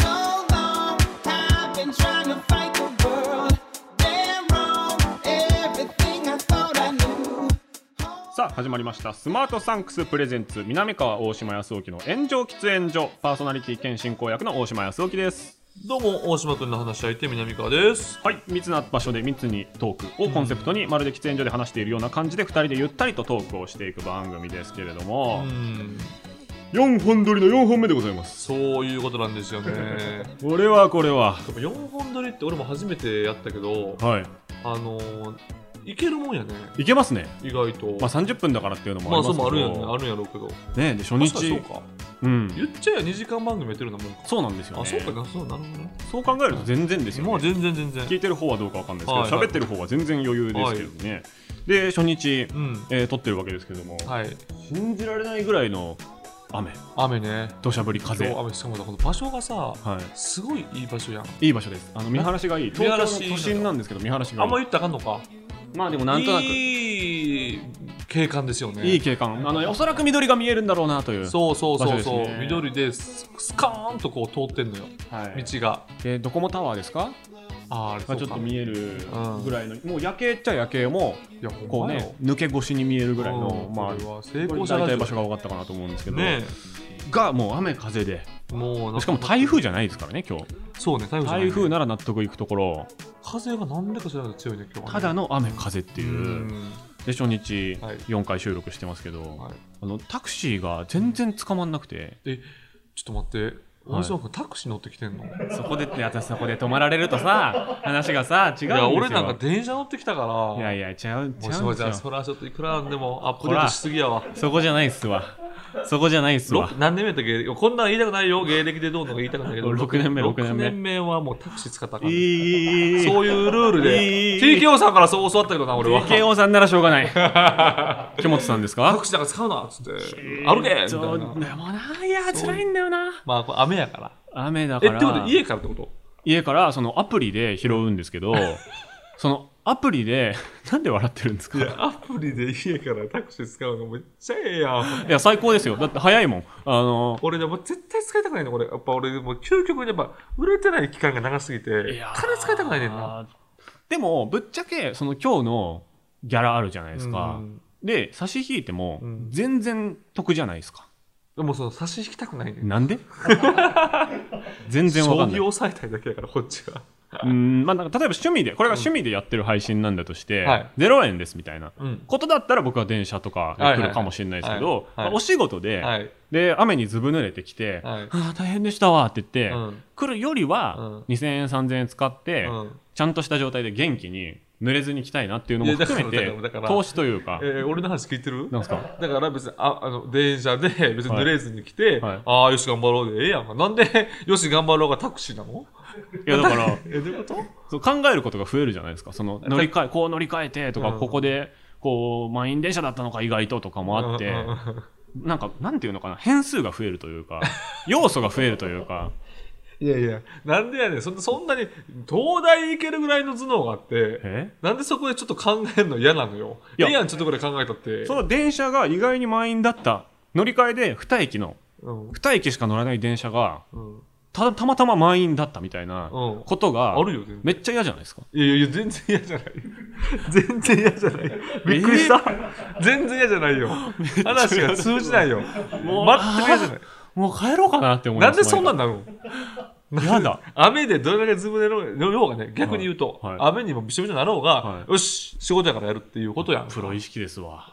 So long, I've been trying to fight the world. Damn wrong, everything I thought I knew. さあ、始まりました。スマートサンクスプレゼンツ、南川大島康沖の炎上喫煙所、パーソナリティ兼進行役の大島康沖です。どうも、大島くんの話し相手、南川です。はい、密な場所で密にトークをコンセプトに、まるで喫煙所で話しているような感じで、2人でゆったりとトークをしていく番組ですけれどうも、ん、 4本撮りの4本目でございます。そういうことなんですよね。でこれはこれは。も4本撮りって俺も初めてやったけど、はあのー、いけるもんやね、い。いけますね。意外と。まあ30分だからっていうのもまああ、りそまうすけど。もあるやんね、あるんやろうけど。ねで初確かにそう日か。うん言っちゃえば2時間番組やってるようなもんか。そうなんですよねあ、そうかな、そうなるほどね。そう考えると全然ですよ、ねまあ、全然全聞然。いてる方はどうかわかんないですけどはい喋、はいってる方は全然余裕ですけどね、で初日、うん。えー撮ってるわけですけども、はい。信じられないぐらいの雨雨ね。土砂降り風今日雨、しかもさこの場所がさ、はすごいいい場所やん。い、いい場所ですあの見晴らしがいい見晴ら東しいい京いの都のよ心なんですけど見晴らしがあいんいま言ったらあかんのか。まあでもなんとなくいいいい景観ですよね景観あのおそらく緑が見えるんだろうなというそうそうそうそう、場所ですね緑ですスカーンとこう通ってんのよはい道がでドコモタワーですかあーあれそがうちょかっと見えるうんぐらいの、もう夜景っちゃ夜景もいやほんこうまよね抜け越しに見えるぐらいの、うんまあこれは成これ功者大ラジ体オ場所が分かったかなと思うんですけど、ねがもう雨風でえもうなんしかも台風じゃないですからね今日そうね台風じゃない台風なら納得いくところ風がなんでか知らないけど強いね今日はねただの雨風っていう、うんで初日はい4回収録してますけど、はいあのタクシーが全然捕まんなくてちょっと待ってはい大島君タクシー乗ってきてんのいそこでいや私そこで止まられると さ話がさ違うんですよや俺なんか電車乗ってきたからいやいや違う違もうそううんじでゃあすよそれはちょっといくらなんでもアップデートしすぎやわそこじゃないっすわそこじゃないっすわろく何年目だっけこんなん言いたくないよ芸歴でどうのが言いたくないけど 六年目六六年目六はもうタクシー使ったかいいら、いいいいそういうルールいいで TKO さんからそう教わったけどな俺は TKO さんならしょうがない 木本さんですタかクシーなんか使うなっつって歩けみたいそうでもなないや辛いんだよなまあこれ雨やから雨だかえらってこと家からってこと家からそのアプリで拾うんですけど そのアプリで なんで笑ってるんですかいアプリで家からタクシー使うのめっちゃええやんや最高ですよだって早いもんあの俺でも絶対使いたくないのこれやっぱ俺もう究極にやっぱ売れてない期間が長すぎて金使いたくないねんなでもぶっちゃけその今日のギャラあるじゃないですかう、んで差し引いてもうん全然得じゃないですか、でもその差し引きたくないねんなんで 全然わかんない将棋を抑えたいだけやからこっちはうん、まあ、なんか例えば趣味でこれが趣味でやってる配信なんだとして、うんはい0円ですみたいなうんことだったら僕は電車とかで来るかもしれないですけはいはいどはいはいまあお仕事で、はいで雨にずぶ濡れてきて、はいああ大変でしたわって言って、うん来るよりはう2000円3000円使って、うんちゃんとした状態で元気に濡れずに来たいなっていうのもいやだか含らめてだからだから投資というか、えー俺の話聞いてるなんすかだから別にああの電車で別に濡れずに来て、はいはいああよし頑張ろうでええやんかなんで よし頑張ろうがタクシーなのいやだから えどういうこそとう考えることが増えるじゃないですかその乗り換えこう乗り換えてとか、うんここでこう満員電車だったのか意外ととかもあって、うんうんなんかなんていうのかな変数が増えるという か要素が増えるというかいやいやなんでやねんそんなそんなに東大行けるぐらいの頭脳があってえなんでそこでちょっと考えるの嫌なのよいいややいやんちょっとこれ考えたってその電車が意外に満員だった乗り換えで2駅のうん2駅しか乗らない電車がうんたたまたま満員だったみたいなうんことがあるよ全然めっちゃ嫌じゃないですかいやいや全然嫌じゃない 全然嫌じゃないびっくりした、全然嫌じゃ ないよ話が通じないよ全く嫌じゃないもう帰ろうかなって思いなまんすでそんなんなの嫌 だ雨でどれだけずぶ濡れのようがね、逆に言うと、はい雨にもびしょびしょになろうが、はいよし、仕事やからやるっていうことやん。プロ意識です わ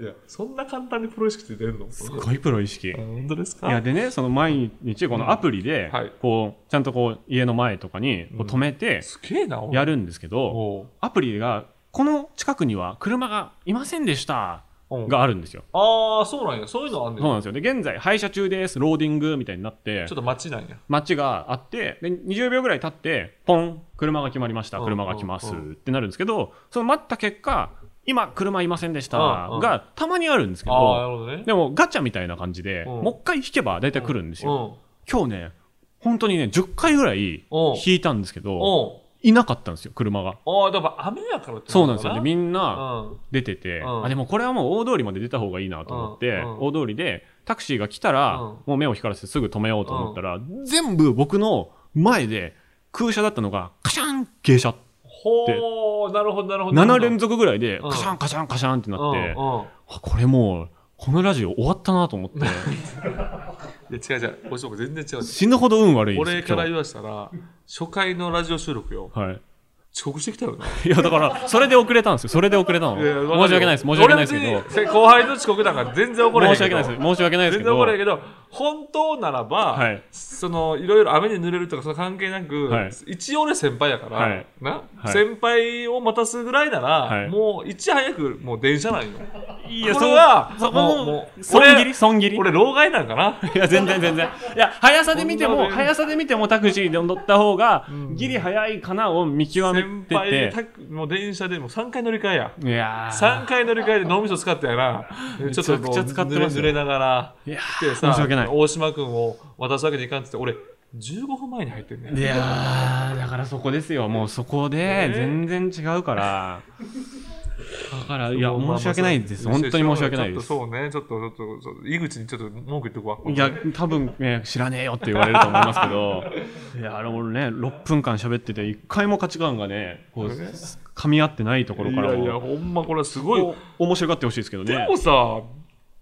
いや、そんな簡単にプロ意識って出るのすごいプロ意識あ本当ですかいやでねその毎日このアプリではいこうちゃんとこう家の前とかにこう止めてすげえな、おいやるんですけどおうアプリがこの近くには車がいませんでしたおうがあるんですよああ、そうなんや。そういうのあんねん。そうなんですよで現在廃車中ですローディングみたいになってちょっと待ちなんや。街があってで20秒ぐらい経ってポン車が決まりましたうん車が来ますっうんうんてなるんですけどその待った結果今車いませんでしたうんうんがたまにあるんですけああ、など、るほどね。でもガチャみたいな感じで、うんもう一回引けば大体来るんですうよ。ん。今日ね、本当にね、10回ぐらいうん引いたんですけど、うん。いなかったんですよ、車が。ああ、だから雨やからってそうなんですよ。で、みんんなな。うん。出てて、うんあ、でもこれはもう大通りまで出た方がいいなと思って、うんうん大通りでタクシーが来たら、うんもう目を光らせてすぐ止めようと思ったら、全部僕の前で空車だったのが、カシャン傾斜。ほー、なるほど、なるほど。 7連続続ぐらいで、うんカシャンカシャンカシャンってなうっんて、うん。あこれもう、このラジオ終わったなと思 って、いや違う違う、俺そうか全然違う。死ぬほど運悪いです俺よ。から今言わしたら、初回のラジオ収録よ、日はい。遅刻してきたよな。いや、だから、それで遅れたんですよ。それで遅れたの。いやいや申し訳ないです。申し訳ないですけ俺ど別。に後輩の遅刻だから全然怒れへん申けし訳どないです。申し訳ないです全け然ど。怒れへんけど本当ならば、はいそのいろいろ雨に濡れるとかその関係なく、はい一応俺先輩やから、はいなはい先輩を待たすぐらいなら、いもういち早くもう電車なんよいこれはそうももうう、ももうう、損切り損切り俺老害なんかないや、全然全然。いや、速さで見てこんなも、ね速さで見てもタクシーで乗った方がん、ギリ速いかなを見極め先輩でてタクもう電車でもう3回乗り換えやて。いやー3回乗り換えで脳みそ使ったやなちょっとめこちうゃくちゃ使って濡れます濡よれながらいやでーさ申し訳ない。大島君を渡すわけにいかんっつって俺15分前に入ってんねいやーだからそこですよ。もうそこで、全然違うから。だから、いや、まあまあ申し訳ないです。そう本当に申し訳ないですち。ょっとそうね、ちょっと、ちょっとそう、井口にちょっと文句言っとくわ。いや、多分、ね、知らねえよって言われると思いますけ ど、いや、あれ俺ね、6分間喋ってて、1回も価値観がね、こう、噛み合ってないところいからやも、いや、ほんまこれすごい。こう面白がってほしいですけどでねも。さ、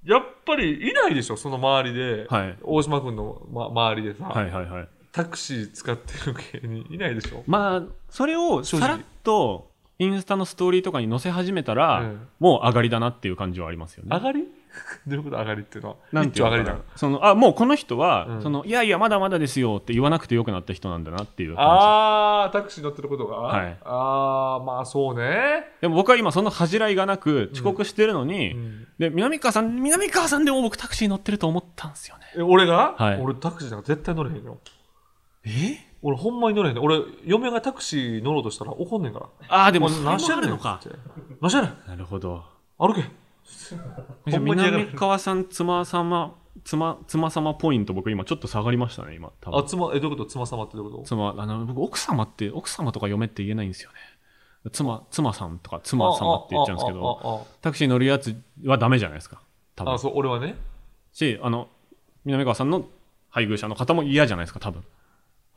やっぱりいないでしょ、その周りで。はい大島君の、ま、周りでさ、はいはいはい。タクシー使ってる芸人いないでしょ。まあ、それを正さ直らっと、インスタのストーリーとかに載せ始めたら、うんもう上がりだなっていう感じはありますよね上。がり どういうこと上がりっていうのは。なんていうの一丁か上がりだな。そのあもうこの人は、うんそのいやいやまだまだですよって言わなくてよくなった人なんだなっていう感あー、タクシー乗ってることが、はいあー、まあそうね。じでも僕は今その恥じらいがなく遅刻してるのに、うんで南川さん南川さんでも僕タクシー乗ってると思ったんですよねえ俺が、はい俺タクシーなんか絶対乗れへんよ。え俺ほんまに乗れへんね俺嫁がタクシー乗ろうとしたら怒んねんからああでもおそ前れも何してあんねるんのかって何してんねんなるほど歩けじゃあほんまにやら南川さん妻様妻妻様ポイント僕今ちょっと下がりましたね今多あ分つまえどういうこと妻様ってどういうこと妻あの僕奥様って奥様とか嫁って言えないんですよね妻妻さんとか妻様って言っちゃうんですけどああああタクシー乗るやつはダメじゃないですか多ああ分あそう俺はねしあの南川さんの配偶者の方も嫌じゃないですか多分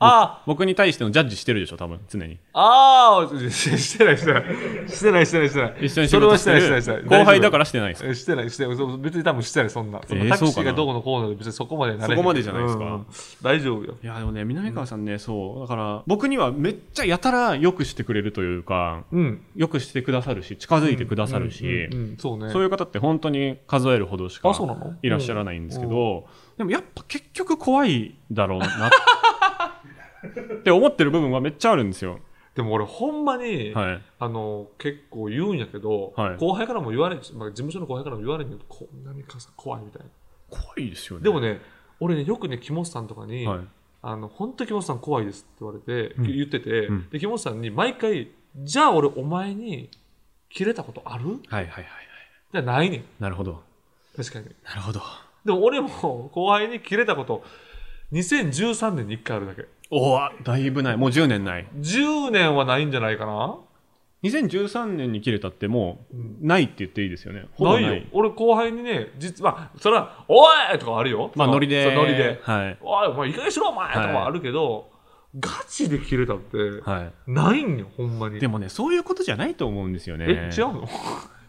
あ僕に対してのジャッジしてるでしょ多分常にあああしてないしてないしてないしてないしてない一緒に仕それ事はししててないしてないしてなるい後輩だかららしてないですしてないしてないそう別に多分してないそんなそんなえータクシそうーかがなどうのこうので別にそこまでなれへんそこまでじゃないですかうん大丈夫よいやでもね南川さんね、そうだから僕にはめっちゃやたらよくしてくれるというかうんよくしてくださるし近づいてくださるし、うんうんそうねそういう方って本当に数えるほどしかあそうなのいらっしゃらないんですけど、でもやっぱ結局怖いだろうな って思ってる部分はめっちゃあるんですよ。でも俺ほんまにはい、あの結構言うんやけど、はい後輩からも言われん、まあ、事務所の後輩からも言われんけど、こんなに母さん怖いみたいな。怖いですよね。でもね、俺ね、よくね、木本さんとかに、はい、あの本当に木本さん怖いですって言われて、うん言ってて、うんで木本さんに毎回、じゃあ俺、お前に切れたことあるはいはいはいはい。じゃないねん、なるほど。確かに。なるほど。でも俺も後輩に切れたこと、2013年に1回あるだけ。おわだいぶない。もう10年ない。 10年はないんじゃないかな2013年に切れたってもうんう、ないって言っていいですよね。ほぼないよ。俺、後輩にね、実は、それは、おいとかあるよ。まあそのノリで。そうノリで。はい。おい、お前、いかにしろ、お前とはいかあるけど、ガチで切れたって、はないんよ、ほんまい。に。でもね、そういうことじゃないと思うんですよね。え、違うの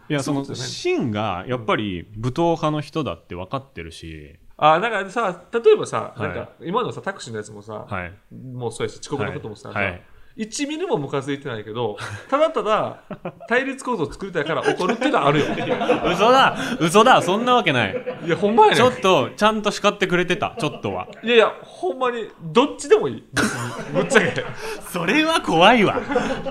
いや、その、そうですよね芯が、やっぱり、武闘派の人だって分かってるし、あ、なんかさ、例えばさ、はいなんか、今のさ、タクシーのやつもさ、はい。もうそうやし、遅刻のこともさ、はいはい1ミリもムカついてないけど、ただただ、対立構造を作りたいから怒るっていうのはあるよ。嘘だ嘘だそんなわけない。いや、ほんま やちねょんっ。と、ちゃんと叱ってくれてた、ちょっとは。いやいや、ほんまに、どっちでもいい。別にぶっちゃけ。それは怖いわ。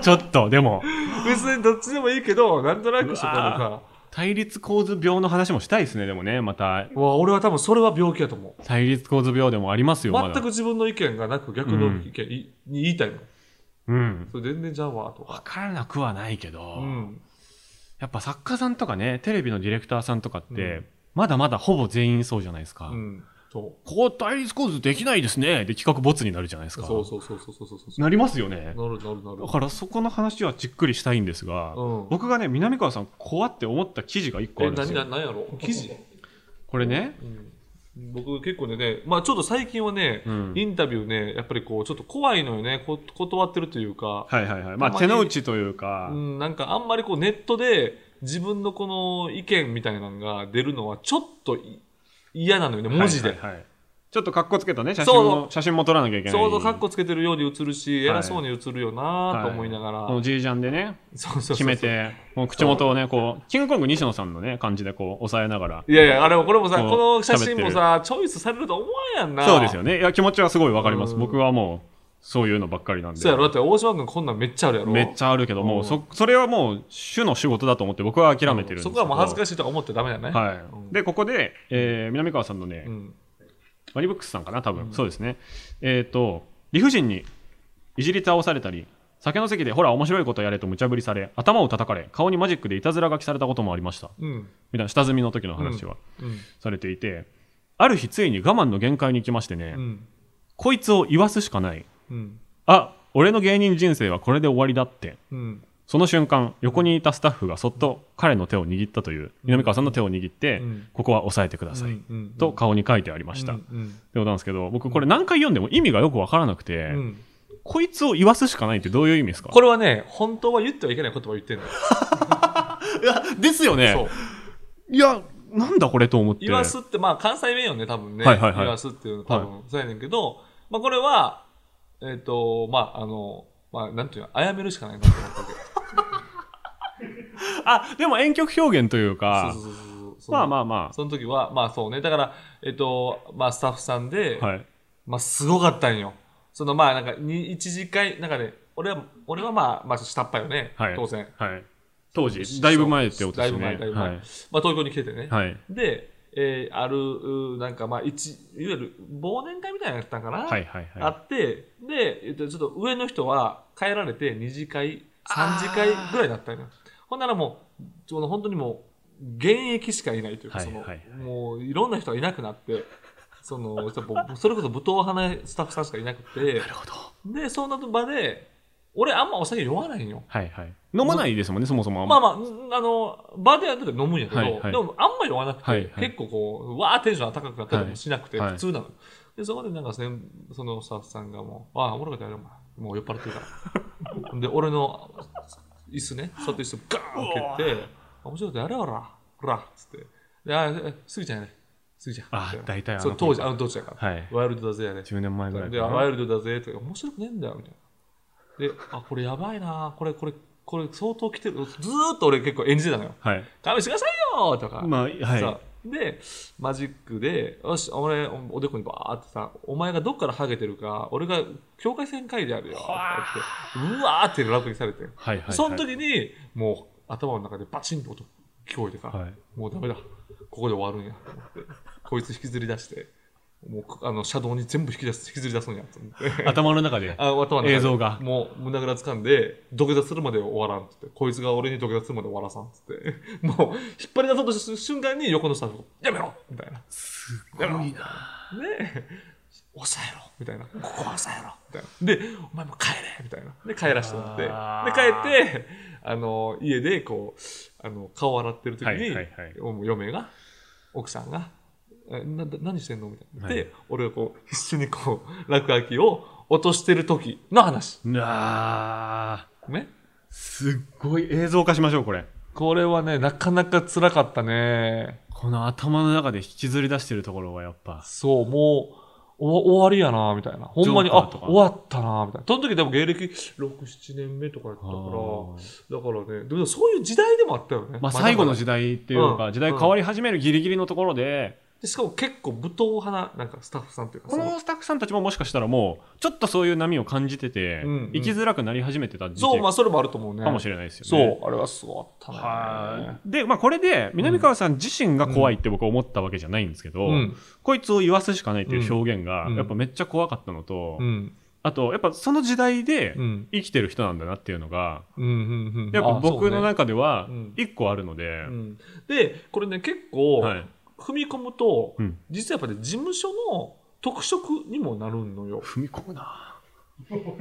ちょっと、でも、別にどっちでもいいけど、なんとなくそこのさ、対立構図病の話もしたいですね、でもね、また。うわ俺は多分それは病気やと思う。対立構図病でもありますよ、まだ。全く自分の意見がなく逆の意見いに言いたいの。うん。それ全然ちゃうわとか。分からなくはないけど、うん。やっぱ作家さんとかね、テレビのディレクターさんとかって、うんまだまだほぼ全員そうじゃないですか。うん、そここ対立構図できないですね。で、企画ボツになるじゃないですうか。そうそうそうそうそうそうそうなりますよね。なるなるなるだからそこの話はじっくりしたいんですが、うん僕がね、南川さん怖って思った記事が1個あえるんです何よな。何やろ記事、これね、うん、僕結構ねねまあちょっと最近はね、うんインタビューねやっぱりこうちょっと怖いのよねこ断ってるというか、はいはいはい。まあたま手にの内というか、うん、なんかあんまりこうネットで自分のこの意見みたいなのが出るのはちょっとい嫌なのよね文字で、はいはいはいちょっとかっこつけたね、写真そうも、写真も撮らなきゃいけない。ちょうどカッコつけてるように映るし、はい偉そうに映るよなと思いながら、このジージャンでね、そうそうそう決めて、もう口元をね、こう、キングコング西野さんのね、感じでこう、押さえながいやいや、あれもこれもさ、こうこの写真もさ、チョイスされると思わんやんな。ら。そうですよね。いや、気持ちはすごいわかります。うん僕はもう、そういうのばっかりなんで。そうやろ、だって大島君こんなんめっちゃあるやろ。めっちゃあるけど、もう、そ、それはもう、主の仕事だと思って、僕は諦めてるんですそこはもう恥ずしかしいとか思ってダメだね。い。はうんい。で、ここで、えー南川さんのね、うん。マリブックスさんかな、多分、そうですね。えっ、と、理不尽にいじり倒されたり、酒の席でほら、面白いことやれと無茶ぶりされ、頭を叩かれ、顔にマジックでいたずら書きされたこともありました。うん。みたいな下積みの時の話はうん。されていて、ある日、ついに我慢の限界に来ましてね、うん。こいつを言わすしかない。うん。あ俺の芸人人生はこれで終わりだって。うん。その瞬間、横にいたスタッフがそっと彼の手を握ったという、南川さんの手を握って、うんここは押さえてください。うんと顔に書いてありました。うんってことなんですけど、僕これ何回読んでも意味がよくわからなくて、うんうんこいつを言わすしかないってどういう意味ですかこれはね、本当は言ってはいけない言葉を言ってるの。いや、 ですよねそう。いや、なんだこれと思って。言わすって、まあ関西弁よね、多分ね。はいはいはい言わすっていうの多分そうやねんけど、まあこれは、えっ、と、まああの、まあなんていうの、あやめるしかないなと思ったわけ。あ、でも遠曲表現というか、そうそうそうそうそのまあまあまその時は、まあそうね。だから、えっと、まあスタッフさんで、あ、はい。まあすごかったんよ。そのまあなんか、に一次会、なんかね、俺は、俺はまあ、まあ下っ端よね。はい当然。はい。当時、だいぶ前ってことだでいすぶね。前、だいぶ前。はい。まあ東京に来ててね。はい。で、えーある、うなんかまあ一、いわゆる忘年会みたいなのやったんかな。はいはいあはって、で、えっとちょっと上の人は帰られて2次会、3次会ぐらいだったんよ。ほんならもう、その本当にもう、現役しかいないというか、はいそのはいはいもういろんな人がいなくなって、その、そぼそれこそ武闘派なスタッフさんしかいなくてい。な、るほど。で、そんな場で、俺あんまお酒酔わないんよ。はいはい。飲まないですもんね、そもそも。まあまあ、んあの、場でやってて飲むんやけど、はいはいでもあんまり酔わなくて、はいはい結構こう、わーテンション高くなったりもしなくて、はいはい普通なの。で、そこでなんかね、そのスタッフさんがもう、ああ、おもろいことやるよ、お前もう酔っ払ってるから。で、 俺の椅子ね、座ってる椅子をガーン蹴って、面白いことやれよ、ほら、ほら、つって。で、ああ、えすぐじゃんやね。すぐじゃん。ああみた大体あのそう、当時、あの当時だから。はいワイルドだぜ、やね。 10年前ぐらいかで、な。ワイルドだぜとか、面白くねえんだよ、みたいな。で、あ、これやばいな、これ、これ、これ相当来てる。ずーっと俺結構演じてたのよ。はい。勘弁してくださいよとか。まあ、はそうで、マジックで、よし、俺、おおでこにバーってさ、お前がどっからハゲてるか、俺が境界線書いてあるよ、って言って、うわーってラブにされて。い。はいはい。その時に、もう頭の中でバチンと音聞こえてさ、はいもうダメだ、ここで終わるんやと思って、こいつ引きずり出して、もうこあの車道に全部引き出す引きずり出すんやと思って。頭の中で。 あ頭の中で映像がもう胸ぐらつかんで土下座するまで終わらんっつってこいつが俺に土下座するまで終わらさんっつって もう引っ張り出そうとした瞬間に横のスタッフが「やめろ!」みたいな「すやめろ!」いねえ 抑えろ!」みたいな「ここは抑えろ!」みたいな「でお前もう帰れ!」みたいなで帰らせてもらあってーで帰ってあの家でこうあの顔洗ってる時に、はいはいはいお嫁が奥さんがえなな何してんのみたいな。はいで、俺がこう、必死にこう、落書きを落としてる時の話。なあ。ね。すっごい映像化しましょう、これ。これはね、なかなか辛かったね。この頭の中で引きずり出してるところはやっぱ。そう、もう、お終わりやな、みたいな。ほんまに、ジョーカあーと、か終わったな、みたいな。その時でも芸歴6、7年目とかやったから、だからね、でもそういう時代でもあったよね。まあ、最後の代。時代っていううか、ん時代変わり始めるギリギリのところで、でしかも結構武闘派な、なんかスタッフさんというか、こそののスタッフさんたちももしかしたらもう、ちょっとそういう波を感じててうんうん、生きづらくなり始めてた時そう、期まあそれもあると思うね。かもしれれないですよね。そう、あれはすごかったねはい。で、まあ、これで、南川さん自身が怖いって僕は思ったわけじゃないんですけど、うん。こいつを言わすしかないっていう表現がう、んやっぱめっちゃ怖かったのと、うん。あとやっぱその時代でうん生きてる人なんだなっていうのが、うんうんうんやっぱあそう僕ねの中ではうん一個あるので、うんでこれね結構はい踏み込むと、うん実はやっぱり事務所の特色にもなるのよ、踏み込むな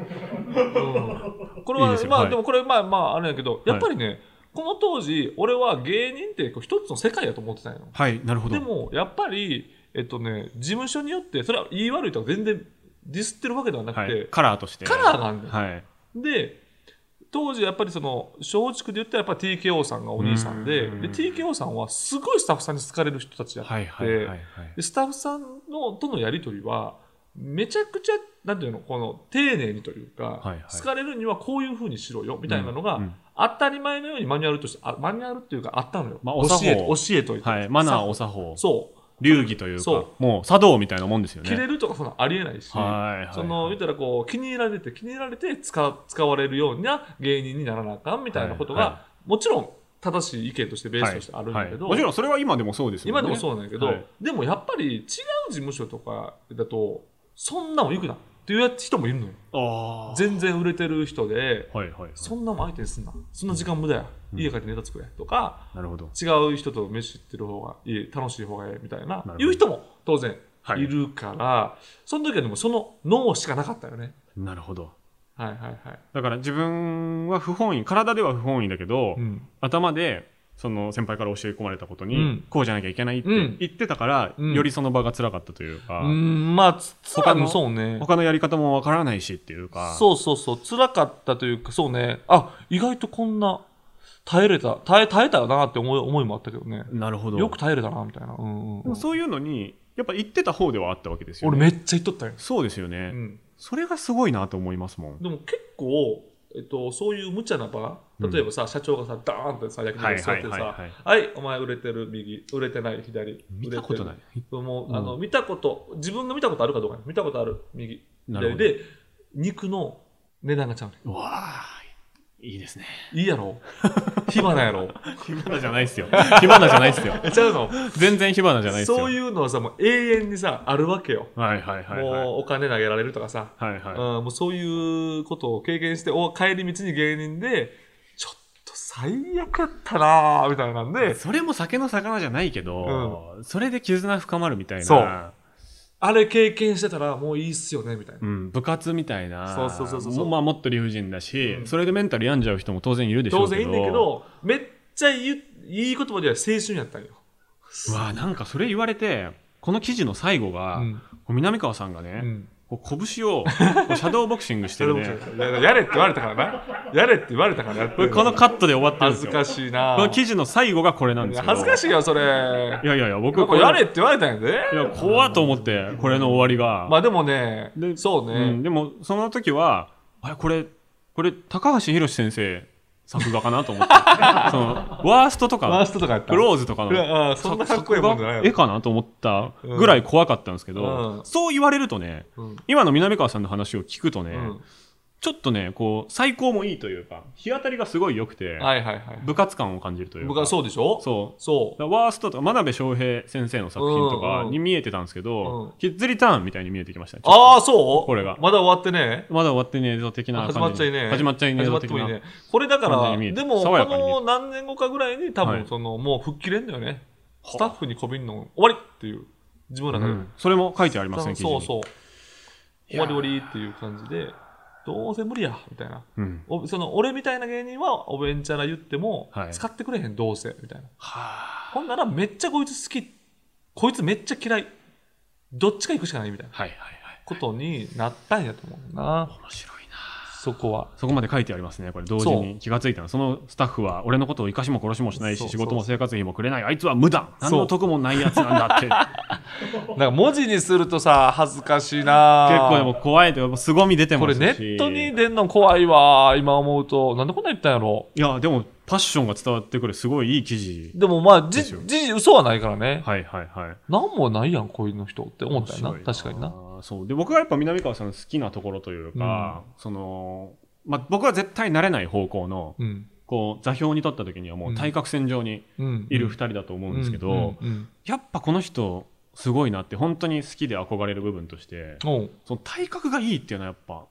うんこれはいいですよまあ、はいでもこれまあまああれだけどやっぱりね、この当時俺は芸人ってこう一つの世界だと思ってたんよはいなるほどでもやっぱりえっとね事務所によってそれは言い悪いとか全然ディスってるわけではなくて、はい、カラーとしてカラーがあんねんはいで当時やっぱりその松竹で言ったらやっぱ TKO さんがお兄さんでうんで TKO さんはすごいスタッフさんに好かれる人たちやって、はいはいはいはいでスタッフさんのとのやり取りはめちゃくちゃなんていうのこの丁寧にというか、はいはい好かれるにはこういうふうにしろよみたいなのが、うんうん当たり前のようにマニュアルとしてあマニュアルっていうかあったのよ、まあお教作法え教えといて、はいマナーお作法そう流儀というかそもう茶道みたいなもんですよね切れるとかそんなありえないし、はいはいその言ったらこう気に入られて気に入られて使う使われるような芸人にならなあかんみたいなことが、はいはもちろん正しい意見としてベースとしてあるんだけど、はいはいもちろんそれは今でもそうですよね今でもそうなんだけど、はいでもやっぱり違う事務所とかだとそんなもんいくなっていう人もいるのよあー全然売れてる人ではいはいはいそんなもん相手にすんなそんな時間無駄や、家帰ってネタ作れとかなるほど違う人と飯行ってる方がいい楽しい方がいいみたいなほどいう人も当然はいいるから、その時はでもその脳しかなかったよねなるほどはいはいはい、だから自分は不本意体では不本意だけど、うん頭でその先輩から教え込まれたことに、うんこうじゃなきゃいけないってうん言ってたから、うんよりその場が辛かったというか、うんまあつつ他らのそうね他のやり方もわからないしっていうかそうそうそう辛かったというかそうねあ意外とこんな耐えれた耐え耐えたよなって思い思いもあったけどねなるほどよく耐えれたなみたいな、うんうんでもそういうのにやっぱ言ってた方ではあったわけですよ俺ねめっちゃ言っとったよ、そうですよね、うんそれがすごいなと思いますもんでも結構、えっと、そういう無茶な場うん例えばさ、社長がさダーンってさ焼き鳥座ってさ「ははいいはいはいお前売れてる右売れてない左見たことない売れてるもう、うんあの見たこと自分が見たことあるかどうかね見たことある右なるほ左どで肉の値段がちゃうねうわーいい ですねんいいや ろ火花やろ火花じゃないですよ火花じゃないですよちゃうの全然火花じゃないですよそういうのはさもう永遠にさあるわけよ、はいはいはいはいもうお金投げられるとかさ、はいはいうん、もうそういうことを経験してお帰り道に芸人でちょっと最悪やったなーみたいなんでそれも酒の魚じゃないけど、それで絆深まるみたいなそうあれ経験してたらもういいっすよねみたいな、うん、部活みたいなそうそうそうそうもまあ、もっと理不尽だし、うんそれでメンタル病んじゃう人も当然いるでしょ当うけ然どいいんだけどめっちゃいいいい言葉では青春やったんよ、うわあなんかそれ言われてこの記事の最後が、うんこう南川さんがね、うんこう拳をこうシャドーボクシングしてる ねいややれって言われたからなやれって言われたからやってこれこのカットで終わってるんで恥すずよかしいなこの記事の最後がこれなんいですやけど恥ずかしいよそれいやいやいや僕ここれれやれって言われたんやでいや怖っと思ってこれの終わりが、まあでもねでそうね、うん、でもその時はあれこれこれ高橋宏先生作画かなと 思ってそのワーストとワーかストとかやったクローズとかのいやあーそんなかっこいいもんじゃない作よ画絵かなと思ったぐらい怖かったんですけど、うんそう言われるとねうん今の南川さんの話を聞くとね、うんちょっとねこう最高もいいというか日当たりがすごい良くて、はいはいはい部活感を感じるというか僕はそうでしょそうそだからワーストとか真鍋翔平先生の作品とかに見えてたんですけうんど、うんキッズリターンみたいに見えてきましたねう。ああ、そうこれがまだ終わってねえ。まだ終わってねえぞ的な感じ始まっちゃいねえ。始まっちゃいねえ始まぞって的もいいなね。これだか感じら、に見えてでも、爽こやかに見えての何年後かぐらいに多はい分、その、もう復帰れんだよね。あスタッフにこびんの終わりっていう。自分らうが。んそれも書いてありますね記事にそうそう。終わり終わりっていう感じで、どうせ無理や、みたいな。うんおその俺みたいな芸人はおべんちゃら言っても、はい使ってくれへんどうせみたいなはほんならめっちゃこいつ好きこいつめっちゃ嫌いどっちか行くしかないみたいなあはいはいはいことになったんやと思うな面白いなそこはそこまで書いてありますねこれ同時に気がついたのそのスタッフは俺のことを生かしも殺しもしないそしう仕事も生活費もくれないあいつは無駄何の得もないやつなんだ ってなんか文字にするとさ恥ずかしいな結構でも怖いとやっぱ凄み出てこまれすしネットに出んの怖いわ今思うとなんでこんなん言ったんやろいやでもパッションが伝わってくるすごいいい記事でもまあじですよ事実嘘はないからね、はいはいはいなんもないやんこういうの人って思ったよな面白い確かになそうで僕がやっぱ南川さんの好きなところというか、そのまあ、僕は絶対慣れない方向のうんこう座標に立った時にはもう対角線上にうんいる2人だと思うんですけど、うんうんうんやっぱこの人すごいなって本当に好きで憧れる部分としておうその体格がいいっていうのはやっぱ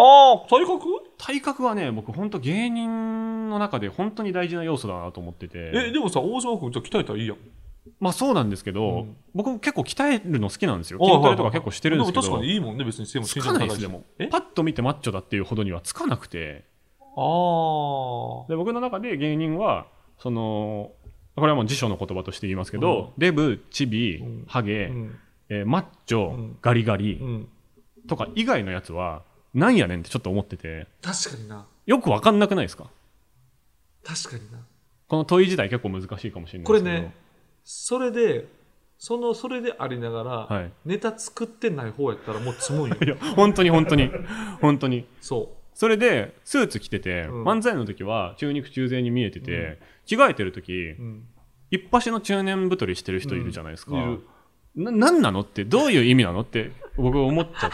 ああ、体格体格はね僕本当芸人の中で本当に大事な要素だなと思っててえ、でもさ、大島君、じゃあ鍛えたらいいやん。まあそうなんですけど、うん僕も結構鍛えるの好きなんですよはい筋トはいはいレとか結構してるんですけども確かにいいもんね、別に背もつかないですででもも。えパッと見てマッチョだっていうほどにはつかなくてああ。で僕の中で芸人はそのこれはもう辞書の言葉として言いますけど、デブチビうんハゲ、うん。えーマッチョ、うんガリガうリん。とか以外のやつはなんやねんってちょっと思ってて確かにな。よくわかんなくないですか確かにな。この問い自体結構難しいかもしれないですけどこれね、それで、その、それでありながら、はいネタ作ってない方やったらもう積むんよ。いや本当に本当に本当にそそれでスーツ着てて、うん漫才の時は中肉中背に見えてて、着替えてる時う。うん。一発の中年太りしてる人いるじゃないですか、うんいるな何なのってどういう意味なのって僕思っちゃっ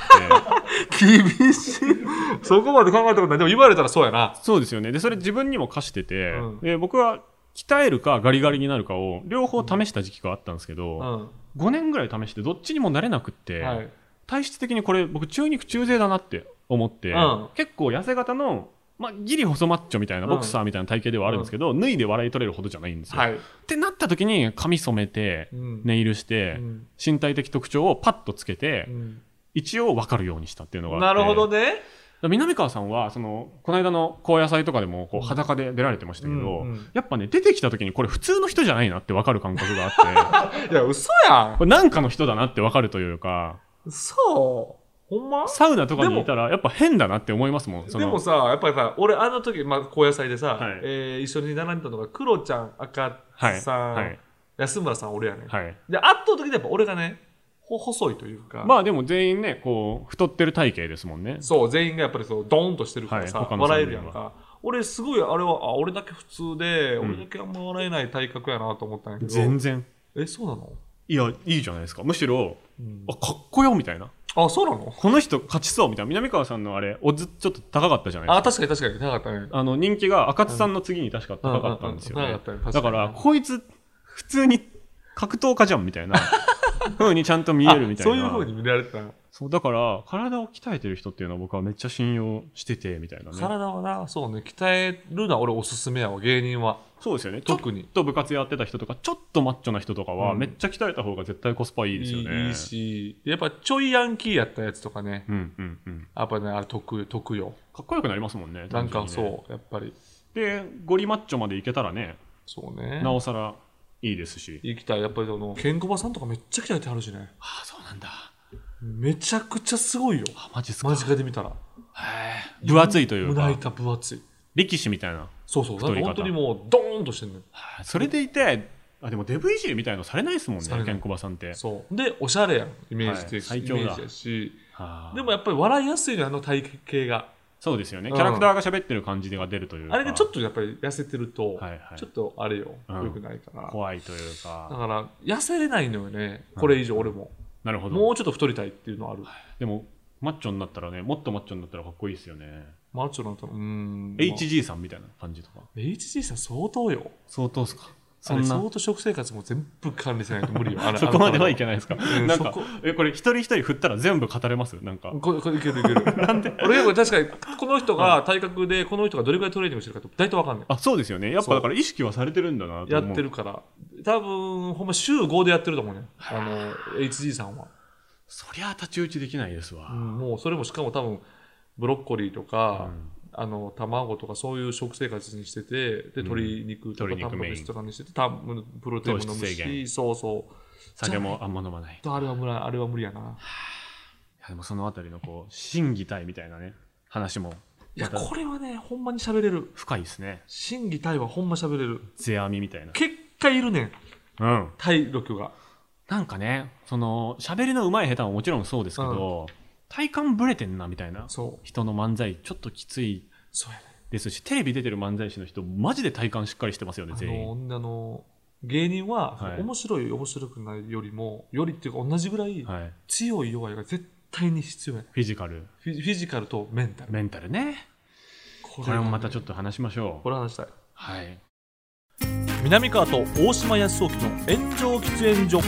て厳しい。 そこまで考えたことない。でも言われたらそうやな。そうですよねでそれ自分にも課してて、うんで僕は鍛えるかガリガリになるかを両方試した時期があったんですけうど、ん。 5年ぐらい試してどっちにもなれなくって、はい。体質的にこれ僕中肉中背だなって思って、うん結構痩せ型の、まあ、ギリ細マッチョみたいなうんボクサーみたいな体型ではあるんですけど、脱いで笑い取れるほどじゃないんですよ。はい。ってなった時に髪染めてうんネイルして、うん身体的特徴をパッとつけて、うん一応分かるようにしたっていうのがあなってるほどね。南川さんはそのこの間の高野菜とかでもこううん裸で出られてましたけど、うんうんやっぱね出てきた時にこれ普通の人じゃないなって分かる感覚があ っていや、嘘やん。これなんかの人だなって分かるというか。嘘。ほんまサウナとかにいたらやっぱ変だなって思いますもん。そでのもさ、やっぱりさ、俺、あの時、まあ、高野菜でさ、はいえー一緒に並んでたのが、クロちゃん、赤はいさん、はい安村さん、俺やね。はい。で、会った時でやっぱ俺がね、ほ細いというか、まあでも全員ね、こう、太ってる体型ですもんね。そう、全員がやっぱりそう、ドーンとしてるからさ、はい他の笑えるやん三人か。俺、すごい、あれは、あ、俺だけ普通で、ん俺だけあんま笑えない体格やなと思ったんやけど、全然。え、そうなの、いや、いいじゃないですか。むしろ、うんあ、かっこよみたいな。あ、そうなのこの人勝ちそうみたいな。南川さんのあれ、オッズちょっと高かったじゃないですあ、か。確かに確かに、高かったね。あの、人気が赤津さんの次に確か高かったんですようんうねんうん高かったよ。確かだにから、こいつ、普通に格闘家じゃんみた いな。風にちゃんと見えるみたいな。あそういう風に見られてた。そうだから、体を鍛えてる人っていうのは僕はめっちゃ信用してて、みたいなね。体はな、そうね、鍛えるのは俺おすすめやわ、芸人は。そうですよね。特にちょっと部活やってた人とか、ちょっとマッチョな人とかは、うんめっちゃ鍛えた方が絶対コスパいいですよね。いいし、やっぱちょいヤンキーやったやつとかね、うんうんうん。やっぱね、あれ得意、得よ。かっこよくなりますもんね。なんか単純にねそう、やっぱり。で、ゴリマッチョまでいけたらね、そうね。なおさらいいですし。行きたい。やっぱりその、ケンコバさんとかめっちゃ鍛えてはるしね。ああ、そうなんだ。めちゃくちゃすごいよ。あ、マジっすか。間近で見たら。へー分厚いという胸か、板分厚い。力士みたいな。そうそう。な太んりか方本当にもう、ドーンとしてんねん。はあそれでいて、あ、でもデブいじりみたいのされないですもんねされな、いケンコバさんって。そう。で、おしゃれやん。イメージ的、はい最イ強だメージやし。はあでもやっぱり笑いやすいのよあの体型が。そうですよね。うんキャラクターが喋ってる感じが出るというか。あれがちょっとやっぱり痩せてると、はいはいちょっとあれよ、うん良くないかな。怖いというかだ。から、痩せれないのよね。これ以上俺も。なるほど。もうちょっと太りたいっていうのはある。でも、マッチョになったらね、もっとマッチョになったらかっこいいですよね。マッチョなんて、うーん。 HG さんみたいな感じとか。まあ HG さん相当よ。相当っすかそそんな相。当食生活も全部管理しないと無理 よ。あれそこまではいけない。ないですか。んなんかそこ、え、これ一人一人振ったら全部語れますなんか。これこれいけるいける。なんで俺結構確かに、この人が体格で、この人がどれくらいトレーニングしてるかって大体わかんない。あ、そうですよね。やっそぱうだから意識はされてるんだなとや思う。ってる。から。多分、ほんま週5でやってると思うね。あの、HG さんは。そりゃ太刀打ちできないですうわ。んもうそれもしかも多分ブロッコリーとか、あの卵とかそういう食生活にしててで鶏肉と鶏かタ肉ンパメインク質とかにしててタンプロテインも飲む糖質制限しそうそう酒もあんま飲まない。いあれは無理あれは無理やなや、でもそのあたりのこう、審議体みたいなね、話もいやまたこれはねほんまに喋れる深いですね。心技体はほんま喋れる世阿弥みたいな。結果いるねんうん。体力がなんかね、その、喋りの上手い下手ももちろんそうですけど、体感ブレてんなみたいな。そう人の漫才、ちょっときついそうやねですし、テレビ出てる漫才師の人、マジで体感しっかりしてますよね、あ全の員。女の芸人は、はい面白い面白くないよりもよりっていうか同じぐらいはい。強い弱いが絶対に必要やねんフィジカル、フィフィジカルとメンタルメンタルね。これもまたちょっと話しましょう。これ話したいはい。南川と大島康雄の炎上喫煙所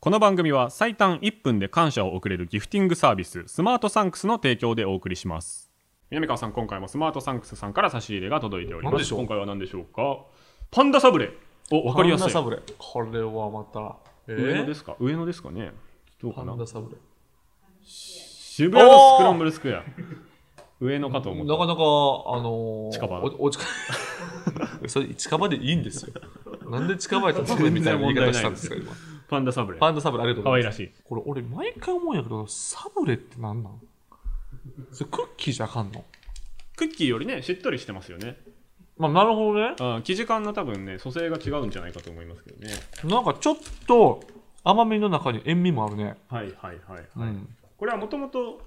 この番組は最短1分で感謝を送れるギフティングサービススマートサンクスの提供でお送りします南川さん今回もスマートサンクスさんから差し入れが届いておりま何ですしょう今回は何でしょうかパンダサブレお分かりやすいパンダサブレ。これはまた。え上野ーですか上野ですかねどうパかンなダサブレ。渋谷のスクランブルスクエア上野かと思なったかなか、あのー、近場おお近 それ近場でいいんですよ。なんで近場やったらみたいな言い方したんですか、今。パンダサブレパンダサブレ、ありがとう可ござ愛いまらす。しいこれ、俺、毎回思うんやけど、サブレってなんなんそれクッキーじゃあかんのクッキーよりねしっとりしてますよねまあ、なるほどね。あ生地感の多分ね蘇生が違うんじゃないかと思いますけどねなんかちょっと甘みの中に塩味もあるね。はいはいはい、うはいん。これはもともと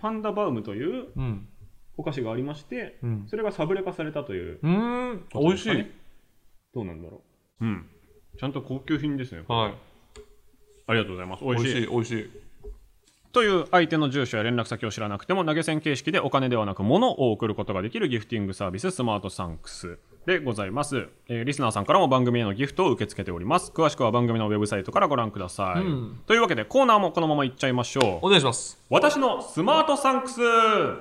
パンダバウムといううん。お菓子がありましてうん。それがサブレ化されたといううーん。美味しい。どうなんだろううんちゃんと高級品ですねはい。ありがとうございます美美味味しいしい、美味しい。という相手の住所や連絡先を知らなくても投げ銭形式でお金ではなく物を送ることができるギフティングサービススマートサンクスでございます、えーリスナーさんからも番組へのギフトを受け付けております詳しくは番組のウェブサイトからご覧ください、うんというわけでコーナーもこのままいっちゃいましょうお願いします。私のスマートサンクス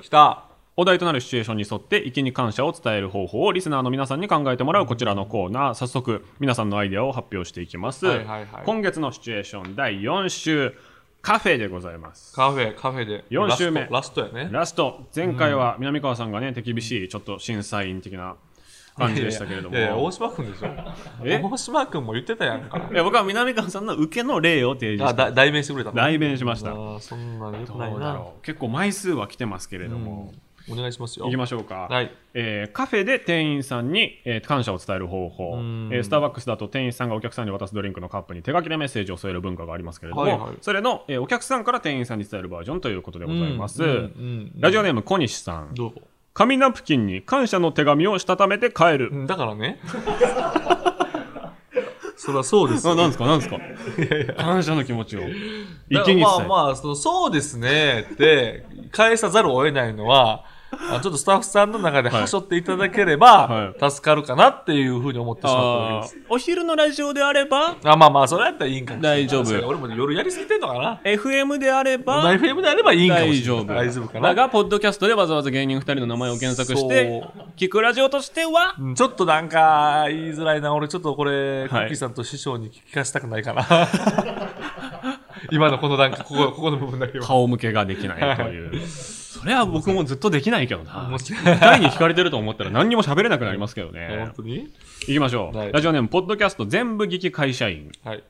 きた。お題となるシチュエーションに沿って意見に感謝を伝える方法をリスナーの皆さんに考えてもらうこちらのコーナー早速皆さんのアイデアを発表していきます、はいはいはい今月のシチュエーション第4週カフェでございますカフェ、カフェで。四周目ラストラストやね。ラスト前回は南川さんがね手厳しいちょっと審査員的な感じでしたけれどもいやいや、大島君でしょ。え大島君も言ってたやんか。いや僕は南川さんの受けの例を提示あ、しただ代弁してくれたの。代弁しましたあーそんなのよくどないだうな。ろう結構枚数は来てますけれども、お願いしますよ。いきましょうか、はいえーカフェで店員さんに、えー感謝を伝える方法、えんースターバックスだと店員さんがお客さんに渡すドリンクのカップに手書きでメッセージを添える文化がありますけれども、はいはいそれの、えーお客さんから店員さんに伝えるバージョンということでございます、うんうんうんラジオネーム小西さんどうぞ紙ナプキンに感謝の手紙をしたためて帰る、うん。だからね。 そりゃそうですなよ。なんですかなんですか感謝の気持ちを一気に伝える、まあまあその、そうですねって返さざるを得ないの は、あちょっとスタッフさんの中ではしょっていただければ、助かるかなっていうふうに思ってしまったわけあです。ーお昼のラジオであればあまあまあ、それやったらいいんかもしれない。大丈夫それ俺も夜やりすぎてんのかな。 FM であればナイフ M であればいいんかもしれな大い。丈夫大丈夫かだな。がポッドキャストでわざわざ芸人2人の名前を検索してそ聞くラジオとしてはうんちょっとなんか言いづらいな。俺ちょっとこれ、クッキーさんと師匠に聞かせたくないかな。 今のこの段階、ここ、ここの部分だけ は。顔向けができないという それは僕もずっとできないけどなもう2人に聞かれてると思ったら何にも喋れなくなりますけどね 本当にいきましょはういラジオネームポッドキャスト全部劇会社員はい。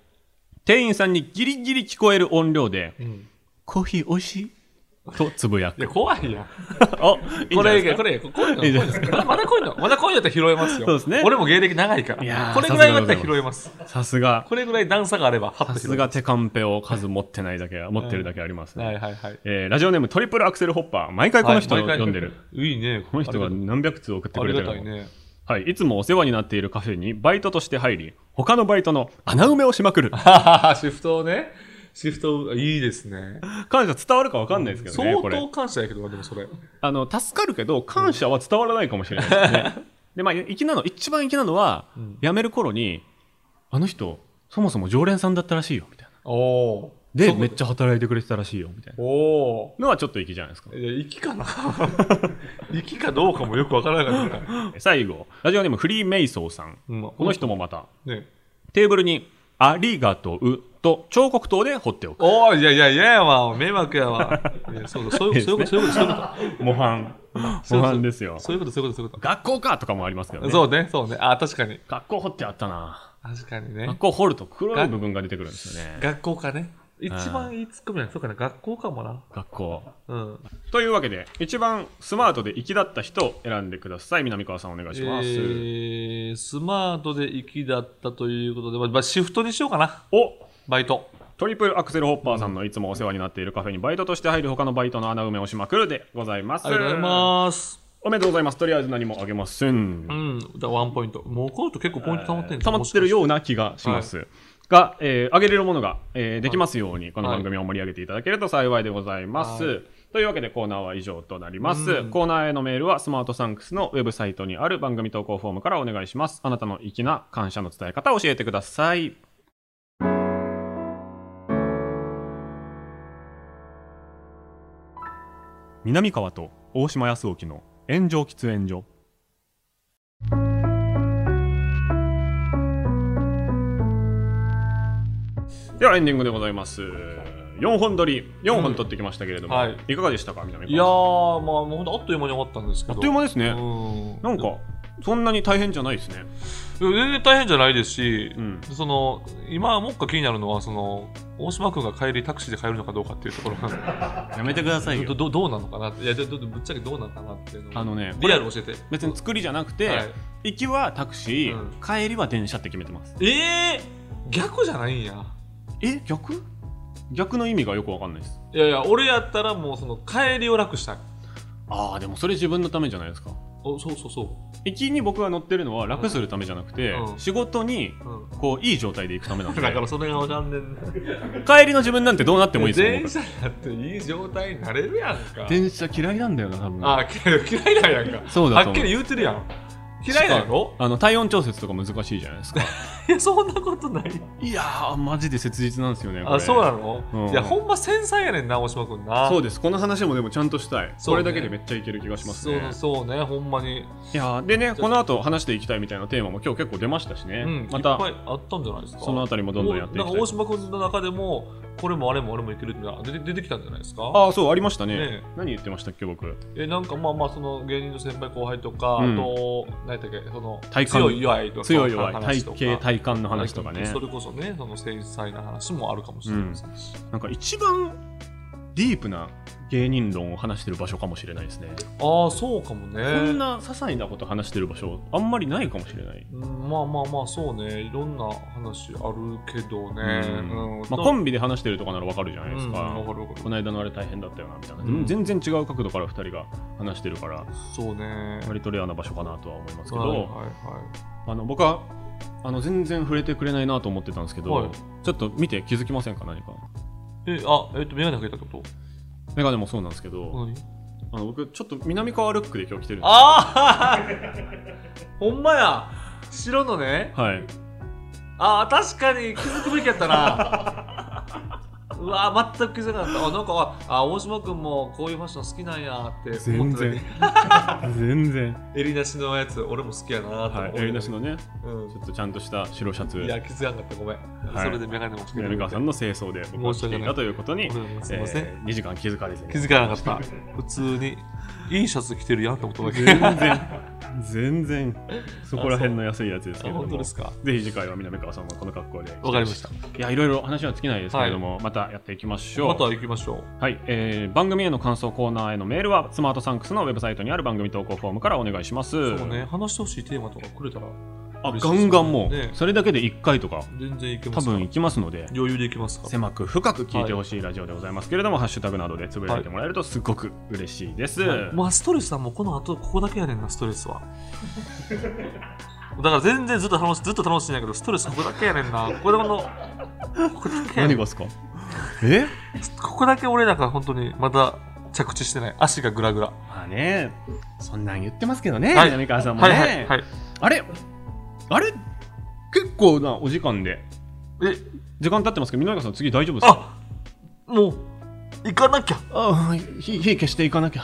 店員さんにギリギリ聞こえる音量でうん「コーヒーおいしい?」とつぶやいくや、怖いやん。 おいいんじこゃないですれ、かこれ、こういうの、いいんじゃないこういうのまだこういうの、まだこういうのだったら拾えますよ。そうですね俺も芸歴長いかいやら。ーこれぐらいだったら拾えます。さすがこれぐらい段差があれば、はっさとす拾えまが手カンペを数持ってないだけ持ってるだけありますす。はいねはいはい。えーラジオネームトリプルアクセルホッパー毎回この人はい読んでる。毎回いいね。この人が何百通送ってあくれりてがるたいのね。はい、いつもお世話になっているカフェにバイトとして入り他のバイトの穴埋めをしま くるシフトをね。シフトを、いいですね。感謝伝わるか分かんないですけどね相これ当感謝やけどな、でもそれ。あの助かるけど感謝は伝わらないかもしれないですね、 でまあ粋なの一番粋なのは、ん辞める頃にあの人そもそも常連さんだったらしいよみたいなおお。でそうめっちゃ働いてくれてたらしいよみたいなおお。のはちょっと粋じゃないですかいや、息かな 息かどうかもよくわからなかったから。最後ラジオネームフリーメイソーさんうんこの人もまたね。テーブルに「ありがとう」と彫刻刀で彫っておくおおいやいやいややわ迷惑やわいやそうそういうことそういうことそういうこと模範そう模いうこと範ですよそういうことそういうことそういうこと学校かとかもありますけどねそうねそうねあ確かに学校掘ってあったな確かにね学校掘ると黒い部分が出てくるんですよね学校かね一番いいツッコミなんそうかな学校かもな学校うんというわけで一番スマートで粋だった人を選んでください南川さんお願いえします、ー、スマートで粋だったということで、まあまあ、シフトにしようかなおバイトトリプルアクセルホッパーさんのいつもお世話になっているカフェにバイトとして入る他のバイトの穴埋めをしまくるでございますありがとうございますおめでとうございますとりあえず何もあげませんうんだからワンポイントもうこの人結構ポイント溜まってるん溜まってるような気がします、が、えー上げれるものが、えーできますように、この番組を盛り上げていただけると幸いでございます、はというわけでコーナーは以上となります、うんコーナーへのメールはスマートサンクスのウェブサイトにある番組投稿フォームからお願いしますあなたの粋な感謝の伝え方を教えてください南川と大島康沖の炎上喫煙所ではエンディングでございます4本撮り4本撮ってきましたけれども、うんはいい、かがでしたか南いやー、まあ、川もうほんとあっという間に終わったんですけさんあど。っという間ですね、うんなんかそんなに大変じゃないですねいや全然大変じゃないですし、うんその今もっか気になるのはその大島君が帰りタクシーで帰るのかどうかっていうところがやめてくださいどどどうなのかなっていやどどどぶっちゃけどうなのかなっていうのをあのねこリれアル教えて、別に作りじゃなくて、はい行きはタクシー、うん帰りは電車って決めてますええー、逆じゃないんやえ逆逆の意味がよくわかんないですいやいや俺やったらもうその帰りを楽したいああでもそれ自分のためじゃないですかおそうそうそ駅に僕が乗ってるのは楽するためじゃなくて、うん仕事にう、うこういい状態で行くた めなんん、だからでそれがわかんねん帰りの自分なんてどうなってもいいですよ電僕車だっていい状態になれるやんか電車嫌いなんだよな多分あ嫌い嫌いなんやんかそうだと思うはっきり言うてるやん嫌いなんやろあの体温調節とか難しいじゃないですかいやそんなことない いやーマジで切実なんですよねこれあそうなの、うんいやほんま繊細やねんな大島君なそうでですこの話もでもちゃんとしたい、そこうねれだけでめっちゃいける気がしますねそうそうねほんまに、いやーでねこの後話していきたいみたいなテーマも今日結構出ましたしね、うん、まいったぱいあったんじゃないですかそのあたりもどんどんやっていきたいなんか大島君の中でもこれもあれもあれもいけるってのが出て出てきたんじゃないですかああそうありましたねね何言ってましたっけ僕えなんかまあまあその芸人の先輩後輩とか、うんあと何だっけその体幹強い弱いとか強い弱い体話とか型体幹の話とかねそれこそねその繊細な話もあるかもしれないです、なんか一番ディープな芸人論を話してる場所かもしれないですね、ああそうかもねこんな些細なこと話してる場所あんまりないかもしれない、うんまあまあまあそうねいろんな話あるけどね、うんうんまあ、コンビで話してるとかならわかるじゃないですうんか、わかるわかこるの間のあれ大変だったよなみたいな、うん全然違う角度から2人が話してるからそうね割とレアな場所かなとは思いますけど、はいはあの僕はあの全然触れてくれないなと思ってたんですけど、はいちょっと見て気づきませんか何かいはいえあえっと眼鏡かけたってことメガネもそうなんですけど、何あの僕ちょっと南川ルックで今日来てるんでああ ほんまや白のねすはいああ確かに気づくべきやったなうわー全く気づかなかったあなんかああ大島君もこういうファッション好きなんやって思ってたね全然襟なしのやつ俺も好きやなと思はっいて襟なしのねうんちょっとちゃんとした白シャツいや気づかなかったごめん、いそれで眼鏡もつけて南川さんの清掃で僕は来ていたということに、うんすいません2時間気づかれずに気づかなかった普通にいいシャツ着てるやんってことだけ全然全然そこら辺の安いやつですけれども本当ですかぜひ次回は南川さんもこの格好でわかりましたいやいろいろ話は尽きないですけれども、またやっていきましょうまた行きましょうはい、えー番組への感想コーナーへのメールはスマートサンクスのウェブサイトにある番組投稿フォームからお願いしますそうね話してほしいテーマとかくれたらあガンガンもう、ねそれだけで1回とか全然いけま多すから分いきますので余裕でいけますから狭く深く聞いてほしいラジオでございますけれども、ハッシュタグなどでつぶやいてもらえるとすごく嬉しいです、まあストレスはもうこの後ここだけやねんなストレ スはだから全然ずっと楽しずっと楽しいんやけどストレスここだけやねんなここでこのここだけや何ねがんですかえここだけ俺らが本当にまだ着地してない足がグラグラまあねそんなん言ってますけどね、はい南川さんもはね、いはいはいあれあれ結構なお時間でえ時間経ってますけど南川さん次大丈夫ですかあもう行かなきゃああ火火消していかなきゃ